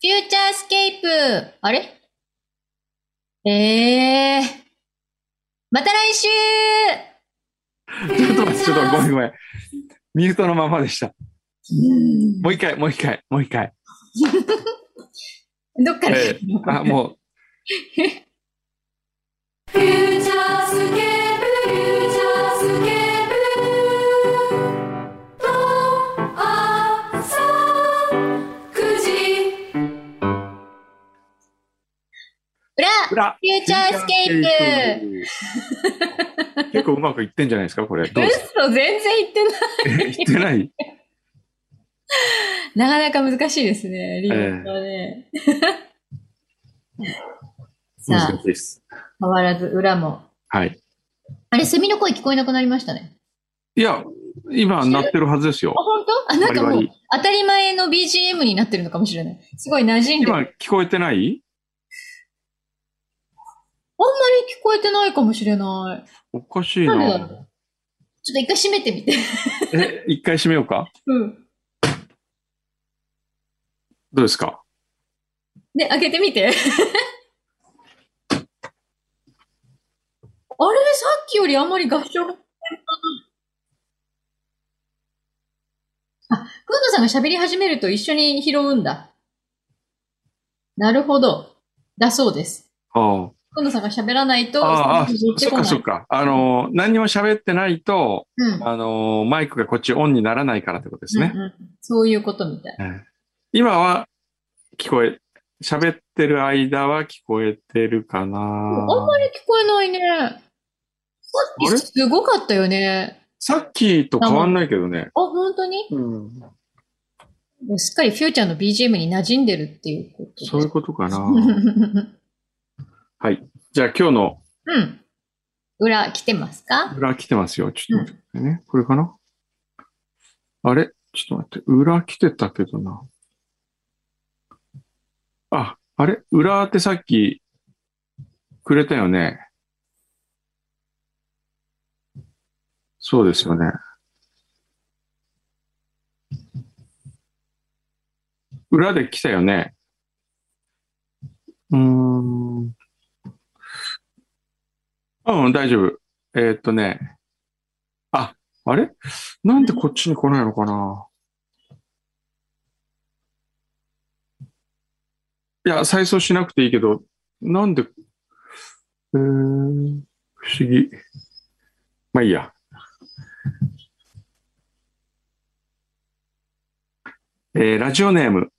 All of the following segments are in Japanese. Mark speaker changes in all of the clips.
Speaker 1: スケープ。あれええまた来週
Speaker 2: ちょっと待って、ちょっと待ってごめんごめん。ミュートのままでした。もう一回、もう一回、もう一回。
Speaker 1: どっから
Speaker 2: ええあ、もう、
Speaker 3: 「フューチャースケープフューチャースケープ」「とあさ9時」
Speaker 1: 裏
Speaker 2: 裏。
Speaker 1: フューチャースケープ
Speaker 2: プ結構うまくいってんじゃないですか、これ。どうです
Speaker 1: 嘘全然言ってない。
Speaker 2: いってない
Speaker 1: なかなか難しいですね、リモートは ね。さ
Speaker 2: 難
Speaker 1: あ
Speaker 2: し、いです。
Speaker 1: 変わらず裏も。
Speaker 2: はい。
Speaker 1: あれ、セミの声聞こえなくなりましたね。
Speaker 2: いや、今、鳴ってるはずですよ
Speaker 1: あ、。本当？あ、なんかも
Speaker 2: バ
Speaker 1: う
Speaker 2: リバリ、
Speaker 1: 当たり前の BGM になってるのかもしれない。すごい馴染んでる。あ
Speaker 2: 今
Speaker 1: んまり、
Speaker 2: 聞こえてない
Speaker 1: 聞こえてないかもしれない。
Speaker 2: おかしい
Speaker 1: なんでだ
Speaker 2: な
Speaker 1: ろ。うちょっと一回閉めてみて。
Speaker 2: え、一回閉めようか。
Speaker 1: うん。
Speaker 2: どうですか
Speaker 1: で、開けてみ て。あれさっきよりあんまり合唱が。あ、くんどさんが喋り始めると一緒に拾うんだ。なるほど。だそうです。
Speaker 2: あ
Speaker 1: くんどさんが喋らない
Speaker 2: あ。
Speaker 1: と、
Speaker 2: ああ、
Speaker 1: その人持って
Speaker 2: そっ
Speaker 1: こな
Speaker 2: か
Speaker 1: い
Speaker 2: そっか。あの、何にも喋ってないと、
Speaker 1: うん。
Speaker 2: あの、マイクがこっちオンにならないからってことですね
Speaker 1: う。んうんそういうことみたい。
Speaker 2: ええ今は聞こえ、喋ってる間は聞こえてるかな。
Speaker 1: あんまり聞こえないね。さ
Speaker 2: あれ
Speaker 1: っきすごかったよね。
Speaker 2: さっきと変わんないけどね
Speaker 1: あ、。本当に
Speaker 2: うん、
Speaker 1: すっかりフューチャーの BGM に馴染んでるっていうことです。
Speaker 2: そういうことか な。
Speaker 1: うん。
Speaker 2: はい。じゃあ今日の
Speaker 1: 裏来てますか
Speaker 2: 裏来てますよ。ちょっと待ってくださいね。これかなあれちょっと待って。裏来てたけどな。あ、あれ裏ってさっきくれたよね。そうですよね。裏で来たよね。うーん。うん、大丈夫。えーっとね。あ、あれなんでこっちに来ないのかな。いや、再送しなくていいけど、なんで、えー、不思議。まあいいや。えーラジオネーム。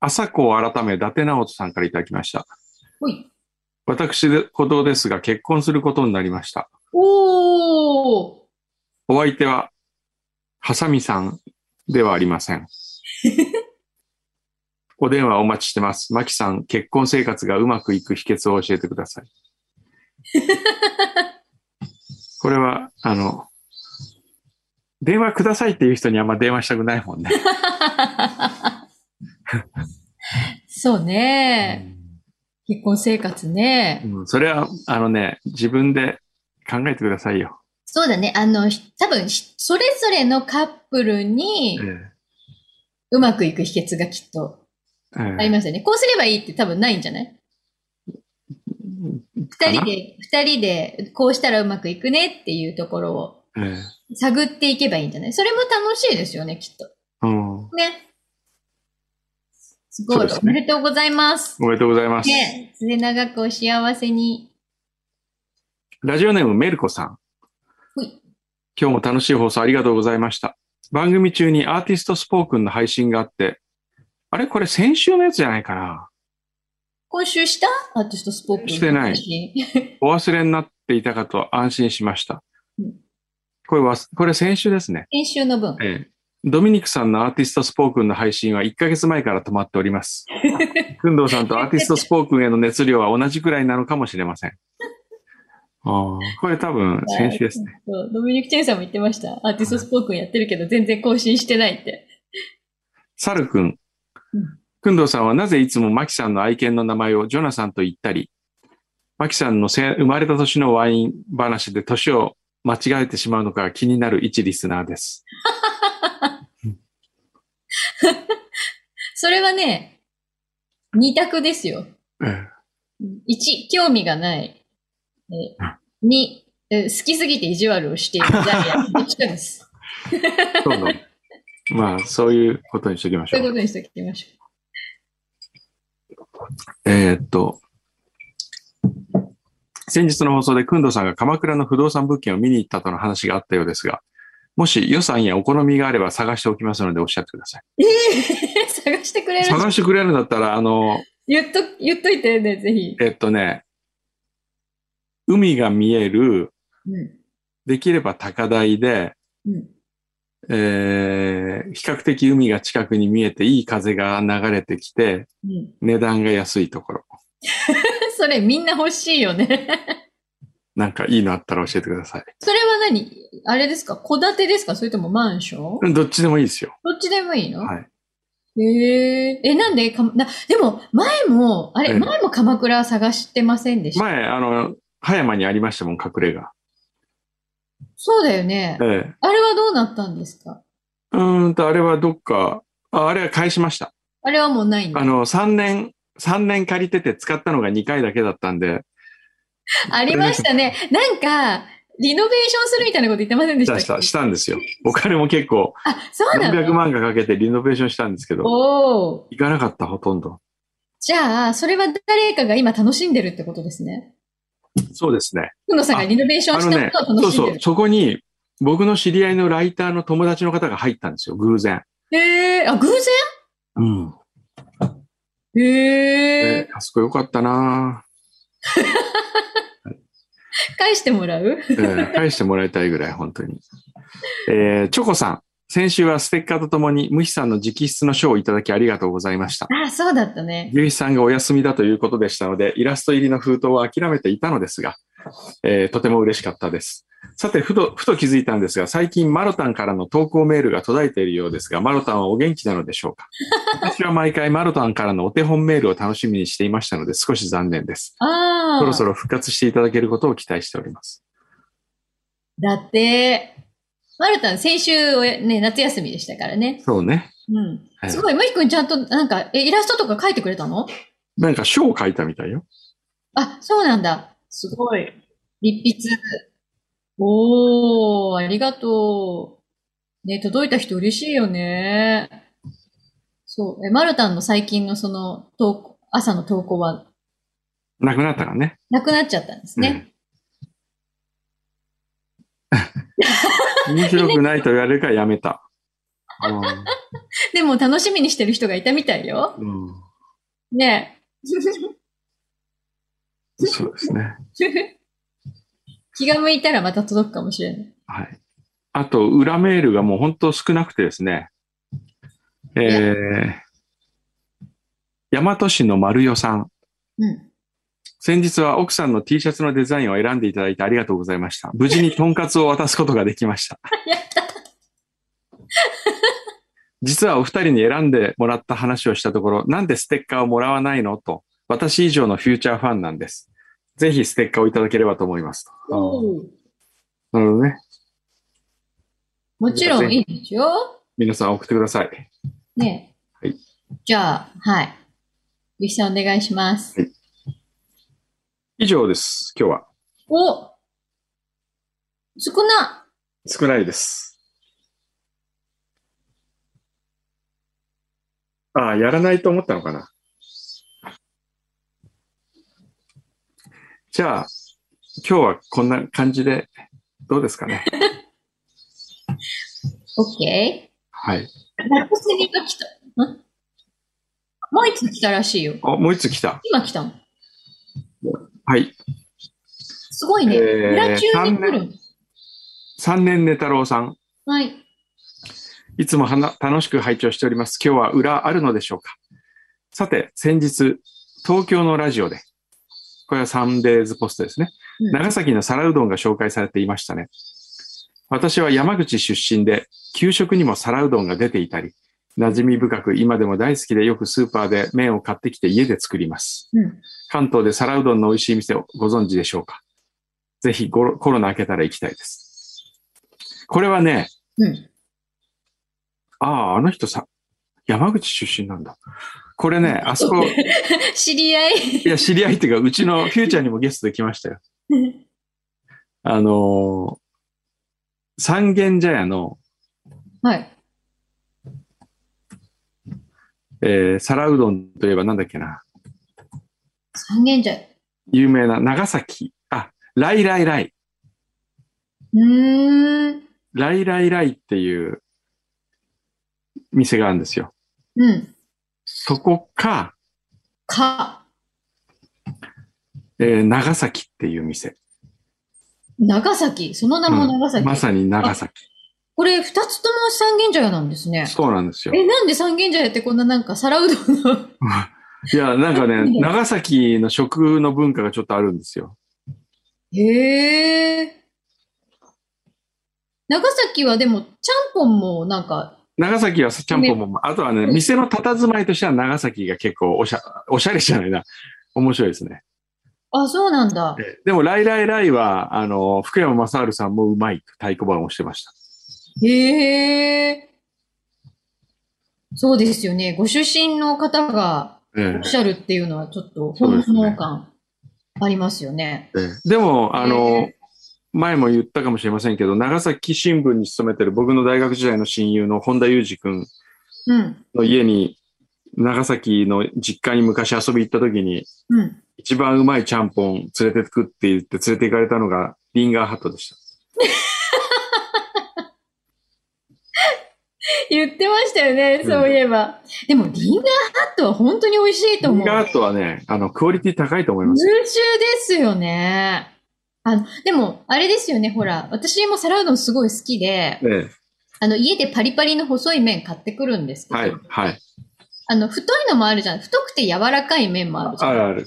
Speaker 2: 朝子を改め、伊達直人さんからいただきました。
Speaker 1: ほい。
Speaker 2: 私で、子供ですが、結婚することになりました。
Speaker 1: お ー
Speaker 2: お相手は、ハサミさんではあり ません。お電話お待ちしてます。マキさん、結婚生活がうまくいく秘訣を教えてくださ い。これは、あの、電話くださいっていう人にあんま電話したくないもんね。
Speaker 1: そうね。結婚生活ね。
Speaker 2: うん、それは、あのね、自分で考えてくださいよ。
Speaker 1: そうだね。あの、ひ多分、ひそれぞれのカップルに
Speaker 2: え
Speaker 1: うまくいく秘訣がきっと
Speaker 2: え
Speaker 1: ありますよね。こうすればいいって多分ないんじゃない二人で、二人で、こうしたらうまくいくねっていうところを
Speaker 2: ええ
Speaker 1: 探っていけばいいんじゃないそれも楽しいですよね、きっと。
Speaker 2: うん、
Speaker 1: ね。すごい。
Speaker 2: そうですね
Speaker 1: おめでとうございます。
Speaker 2: おめでとうございます。
Speaker 1: ね、末永くお幸せに。
Speaker 2: ラジオネームメルコさん。
Speaker 1: ほい
Speaker 2: 今日も楽しい放送ありがとうございました。番組中にアーティストスポークンの配信があって、あれこれ先週のやつじゃないかな
Speaker 1: 今週したアーティストスポークン
Speaker 2: してない
Speaker 1: い。
Speaker 2: お忘れになっていたかと安心しました
Speaker 1: うん。こ
Speaker 2: これは、これ先週ですね。
Speaker 1: 先週の分。
Speaker 2: ええドミニクさんのアーティストスポークンの配信は1ヶ月前から止まっており ます。くんどうさんとアーティストスポークンへの熱量は同じくらいなのかもしれません。ああ、これ多分先週ですね。
Speaker 1: そうドミニク・チェンさんも言ってました。アーティストスポークンやってるけど全然更新してないって。
Speaker 2: サル君
Speaker 1: うん。
Speaker 2: くんどうさんはなぜいつもマキさんの愛犬の名前をジョナさんと言ったり、マキさんのせ生まれた年のワイン話で年を間違えてしまうのか気になる一リスナーです。
Speaker 1: それはね、二択ですよ。
Speaker 2: ええ
Speaker 1: 1、興味がない。え2、え好きすぎて意地悪を しているジャイアンの人です。
Speaker 2: そう なのまあ、そういうことにしておきまし
Speaker 1: そう
Speaker 2: ょ
Speaker 1: いう
Speaker 2: う。
Speaker 1: ことにしておきましょう。
Speaker 2: えーっと、先日の放送で、くんどさんが鎌倉の不動産物件を見に行ったとの話があったようですが、もし予算やお好みがあれば探しておきますのでおっしゃってください。
Speaker 1: 探してくれる
Speaker 2: 探してくれるんだったら、あの、
Speaker 1: 言っと、言っといてね、ぜひ。
Speaker 2: えっとね、海が見える、
Speaker 1: うん。
Speaker 2: できれば高台で、
Speaker 1: うん。
Speaker 2: えー比較的海が近くに見えていい風が流れてきて、
Speaker 1: うん。
Speaker 2: 値段が安いところ。
Speaker 1: それみんな欲しいよね。
Speaker 2: なんかいいのあったら教えてください。
Speaker 1: それは何あれですか戸建てですかそれともマンション
Speaker 2: うんどっちでもいいですよ。
Speaker 1: どっちでもいいの、
Speaker 2: はい。
Speaker 1: へえ。え、なんでか、な、でも、前も、あ
Speaker 2: え
Speaker 1: れ、
Speaker 2: え
Speaker 1: 前も鎌倉探してませんでした。
Speaker 2: 前、あの、葉山にありましたもん、隠れが。
Speaker 1: そうだよね。
Speaker 2: ええ
Speaker 1: あれはどうなったんですか
Speaker 2: うーんと、あれはどっか、ああれは返しました。
Speaker 1: あれはもうないんだ。
Speaker 2: あの、3年、三年借りてて使ったのが2回だけだったんで、
Speaker 1: ありましたね。なんか、リノベーションするみたいなこと言ってませんでしたっ
Speaker 2: 出
Speaker 1: け
Speaker 2: した、したんですよ。お金も結構、
Speaker 1: あ、そうな
Speaker 2: 何百
Speaker 1: の
Speaker 2: 万かかけてリノベーションしたんですけど、
Speaker 1: おお。
Speaker 2: 行かなかった、ほとんど。
Speaker 1: じゃあ、それは誰かが今楽しんでるってことですね。
Speaker 2: そうですね。
Speaker 1: ふのさんがリノベーショ
Speaker 2: あ
Speaker 1: ン
Speaker 2: の
Speaker 1: した
Speaker 2: ね、
Speaker 1: ことを
Speaker 2: そ
Speaker 1: 楽
Speaker 2: う
Speaker 1: しん
Speaker 2: そ
Speaker 1: で
Speaker 2: う、
Speaker 1: る。
Speaker 2: そこに、僕の知り合いのライターの友達の方が入ったんですよ、偶然。
Speaker 1: へえ、あ、偶然
Speaker 2: うん。
Speaker 1: へ
Speaker 2: え
Speaker 1: え、
Speaker 2: あそこよかったな
Speaker 1: 返してもらう
Speaker 2: え ー返してもらいたいぐらい、本当に。えーチョコさん。先週はステッカーとともに、ムヒさんの直筆の書をいただきありがとうございました。
Speaker 1: あ、そうだったね。
Speaker 2: 牛ヒさんがお休みだということでしたので、イラスト入りの封筒は諦めていたのですが、えーとても嬉しかったです。さて、ふと、ふと気づいたんですが、最近マロタンからの投稿メールが途絶えているようですが、マロタンはお元気なのでしょうか私は毎回マロタンからのお手本メールを楽しみにしていましたので、少し残念です。
Speaker 1: ああ。
Speaker 2: そろそろ復活していただけることを期待しております。
Speaker 1: だって、マルタン、先週おや、ね、夏休みでしたからね。
Speaker 2: そうね。
Speaker 1: うん。
Speaker 2: はい
Speaker 1: すごい、ムヒ君ちゃんと、なんか、え、イラストとか書いてくれたの
Speaker 2: なんか書を書いたみたいよ。
Speaker 1: あ、そうなんだ。すごい。立筆。おー、ありがとう。ね、届いた人嬉しいよね。そう。え、マルタンの最近のその、投稿、朝の投稿は、
Speaker 2: なくなったからね。
Speaker 1: なくなっちゃったんですね。
Speaker 2: うん。面白くないと言われるからやめた。
Speaker 1: でも、楽しみにしてる人がいたみたいよ。
Speaker 2: うんうん
Speaker 1: ね。
Speaker 2: そうですね。
Speaker 1: 気が向いたらまた届くかもしれない。
Speaker 2: はい。あと、裏メールがもう本当少なくてですね。えー、大和市の丸代さん。
Speaker 1: うん。
Speaker 2: 先日は奥さんの T シャツのデザインを選んでいただいてありがとうございました。無事にトンカツを渡すことができました。 実はお二人に選んでもらった話をしたところ、なんでステッカーをもらわないのと、私以上のフューチャーファンなんです。ぜひステッカーをいただければと思います。なるほどね。
Speaker 1: もちろんいいでしょ
Speaker 2: 皆さん送ってください。
Speaker 1: ね。
Speaker 2: はい
Speaker 1: じゃあ、はい。ゆきさんお願いします。
Speaker 2: 以上です。今日は。
Speaker 1: お少な
Speaker 2: 少ないです。ああ、やらないと思ったのかな。じゃあ、今日はこんな感じで、どうですかね。
Speaker 1: !OK?
Speaker 2: はい。
Speaker 1: ラクセリが来た。んもう一つ来たらしいよ。
Speaker 2: あ、もう一つ来た。
Speaker 1: 今来たの。
Speaker 2: はい。
Speaker 1: すごいね。
Speaker 2: えー
Speaker 1: 裏中に来るの。
Speaker 2: 三年寝太郎さん。
Speaker 1: はい。
Speaker 2: いつもはな楽しく拝聴しております。今日は裏あるのでしょうか。さて、先日、東京のラジオで、これはサンデーズポストですね。
Speaker 1: うん
Speaker 2: 長崎の皿うどんが紹介されていましたね。私は山口出身で、給食にも皿うどんが出ていたり、馴染み深く今でも大好きでよくスーパーで麺を買ってきて家で作ります。
Speaker 1: うん。
Speaker 2: 関東で皿うどんの美味しい店をご存知でしょうかぜひゴロコロナ明けたら行きたいです。これはね、
Speaker 1: うん。
Speaker 2: ああ、あの人さ、山口出身なんだ。これね、あそこ、い
Speaker 1: 知り合い
Speaker 2: や、知り合いっていうか、うちのフューチャーにもゲストで来ましたよ。あのー三軒茶屋の、
Speaker 1: はい。
Speaker 2: えー皿うどんといえばなんだっけな、
Speaker 1: 三軒茶屋。
Speaker 2: 有名な長崎、あ、ライライライ、
Speaker 1: うーん。
Speaker 2: ライライライっていう店があるんですよ。
Speaker 1: うん。
Speaker 2: そこか、
Speaker 1: か。
Speaker 2: えー長崎っていう店。
Speaker 1: 長崎。その名も長崎。
Speaker 2: まさに長崎。
Speaker 1: これ、二つとも三軒茶屋なんですね。
Speaker 2: そうなんですよ。
Speaker 1: え、なんで三軒茶屋ってこんななんか皿うどんの
Speaker 2: いや、なんかね、長崎の食の文化がちょっとあるんですよ。
Speaker 1: へえ。長崎はでも、ちゃんぽんもなんか、
Speaker 2: 長崎はちゃんぽんも、あとはね、店の佇まいとしては長崎が結構おしゃ、おしゃれじゃない な。面白いですね。
Speaker 1: あ、そうなんだ。
Speaker 2: えでも、ライライライは、あの、福山雅治さんもうまいと太鼓判をしてました。
Speaker 1: へえ。そうですよね。ご出身の方が
Speaker 2: え
Speaker 1: おっしゃるっていうのはちょっと
Speaker 2: そう
Speaker 1: 本
Speaker 2: ですね
Speaker 1: 能感ありますよね。
Speaker 2: えええでも、あの
Speaker 1: え、
Speaker 2: 前も言ったかもしれませんけど、長崎新聞に勤めてる僕の大学時代の親友の本田裕二君
Speaker 1: うん。
Speaker 2: の家に、長崎の実家に昔遊び行った時に、
Speaker 1: うん。
Speaker 2: 一番うまいちゃんぽん連れてくって言って連れて行かれたのがリンガーハットでした。
Speaker 1: 言ってましたよね。そういえば。でも、リンガーハットは本当に美味しいと
Speaker 2: リ
Speaker 1: 思
Speaker 2: ン
Speaker 1: う。
Speaker 2: ガーハットはね、あの、クオリティ高いと思い
Speaker 1: 優
Speaker 2: ます。
Speaker 1: 秀ですよね。あの、でも、あれですよね、ほら、私も皿うどんすごい好きで、
Speaker 2: え
Speaker 1: あの、家でパリパリの細い麺買ってくるんですけ
Speaker 2: え、
Speaker 1: ど、
Speaker 2: はい、はい。
Speaker 1: あの、太いのもあるじゃん。太くて柔らかい麺もあるじゃん。
Speaker 2: あるある。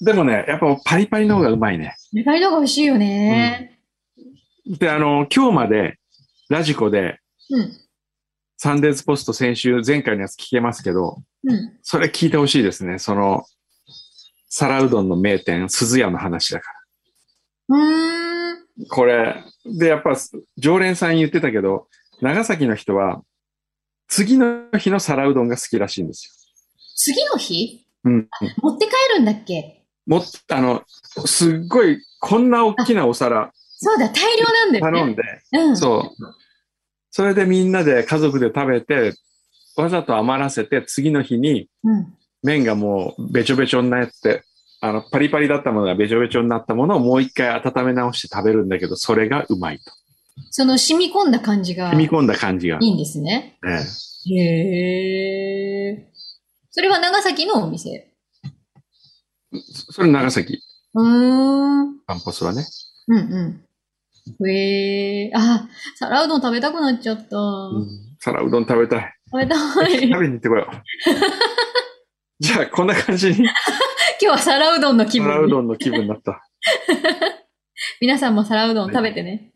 Speaker 2: でもね、やっぱパリパリの方がうまいね。
Speaker 1: パリパリの方が美味しいよね。
Speaker 2: で、あの、今日まで、ラジコで、
Speaker 1: うん。
Speaker 2: サンデーズポスト先週、前回のやつ聞けますけど、
Speaker 1: うん。
Speaker 2: それ聞いてほしいですね。その、皿うどんの名店、鈴屋の話だから。
Speaker 1: うーん。
Speaker 2: これ、で、やっぱ、常連さん言ってたけど、長崎の人は、次の日の皿うどんが好きらしいんですよ。
Speaker 1: 次の日
Speaker 2: うん。
Speaker 1: 持って帰るんだっけ
Speaker 2: もっと、あの、すっごい、こんな大きなお皿
Speaker 1: そうだ、大量なんだよね。
Speaker 2: 頼
Speaker 1: う
Speaker 2: んで、
Speaker 1: ん。
Speaker 2: そう。それでみんなで家族で食べて、わざと余らせて、次の日に
Speaker 1: うん。
Speaker 2: 麺がもうべちょべちょになって、あの、パリパリだったものがべちょべちょになったものをもう一回温め直して食べるんだけど、それがうまいと。
Speaker 1: その染み込んだ感じが
Speaker 2: 染み
Speaker 1: い
Speaker 2: 込んだ感じが。
Speaker 1: いんですね。
Speaker 2: ええ
Speaker 1: へえ。それは長崎のお店。
Speaker 2: それ長崎、
Speaker 1: うーん。うん
Speaker 2: カンパスはね。
Speaker 1: うん。へえ。あ、皿うどん食べたくなっちゃった。
Speaker 2: うん皿うどん食べ たい。
Speaker 1: 食べたい。今
Speaker 2: 食べに行ってこよう。 じゃあ、こんな感じに、
Speaker 1: 日は皿うどんの気
Speaker 2: 皿う
Speaker 1: 分。
Speaker 2: どんの気分になった。
Speaker 1: 皆さんも皿うどん食べてね。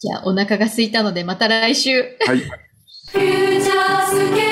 Speaker 1: じゃあ、お腹が空いたので、また来週。
Speaker 2: はい。
Speaker 3: フューチャースケ